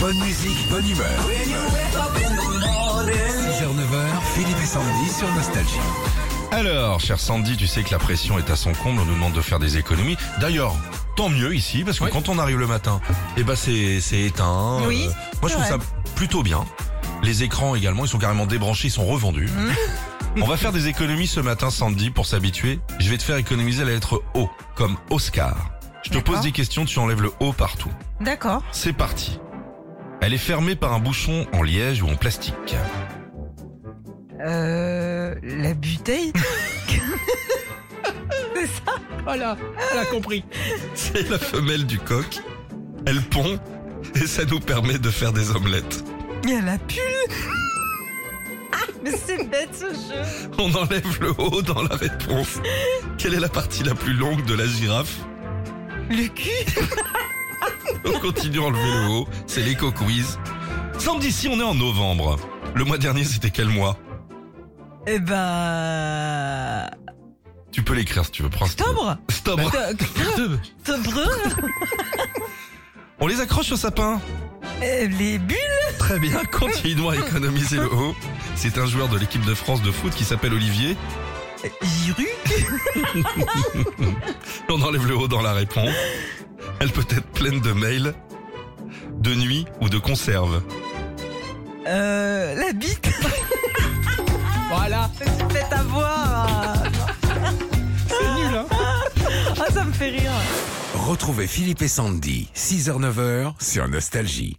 Bonne musique, bonne humeur. 6h-9h, Philippe et Sandy sur Nostalgie. Alors, cher Sandy, tu sais que la pression est à son comble, on nous demande de faire des économies. D'ailleurs, tant mieux ici, parce que Oui. quand on arrive le matin, eh ben c'est, c'est éteint. euh, Oui, moi, c'est je trouve ça vrai. plutôt bien. Les écrans également, ils sont carrément débranchés, ils sont revendus. Mm. On va faire des économies ce matin, Sandy, pour s'habituer. Je vais te faire économiser la lettre O, comme Oscar. Je te D'accord. pose des questions, tu enlèves le O partout. D'accord. C'est parti. Elle est fermée par un bouchon en liège ou en plastique. Euh, la bouteille C'est ça Voilà, elle a compris. C'est la femelle du coq. Elle pond et ça nous permet de faire des omelettes. Il y a la pulle Mais c'est bête ce jeu On enlève le haut dans la réponse. Quelle est la partie la plus longue de la girafe Le cul On continue à enlever le haut. C'est l'éco quiz. Samedi, si on est en novembre. Le mois dernier, c'était quel mois Eh ben... Tu peux l'écrire si tu veux. Prends ce que tu veux. Octobre Octobre. Octobre On les accroche au sapin. Euh, Les bulles Très bien, continuons à économiser le haut. C'est un joueur de l'équipe de France de foot qui s'appelle Olivier. Giru On enlève le haut dans la réponse. Elle peut être pleine de mails, de nuit ou de conserve. Euh, la bite Voilà, Je me suis fait avoir c'est nul, hein Ah, ça me fait rire Retrouvez Philippe et Sandy, 6h-9h sur Nostalgie.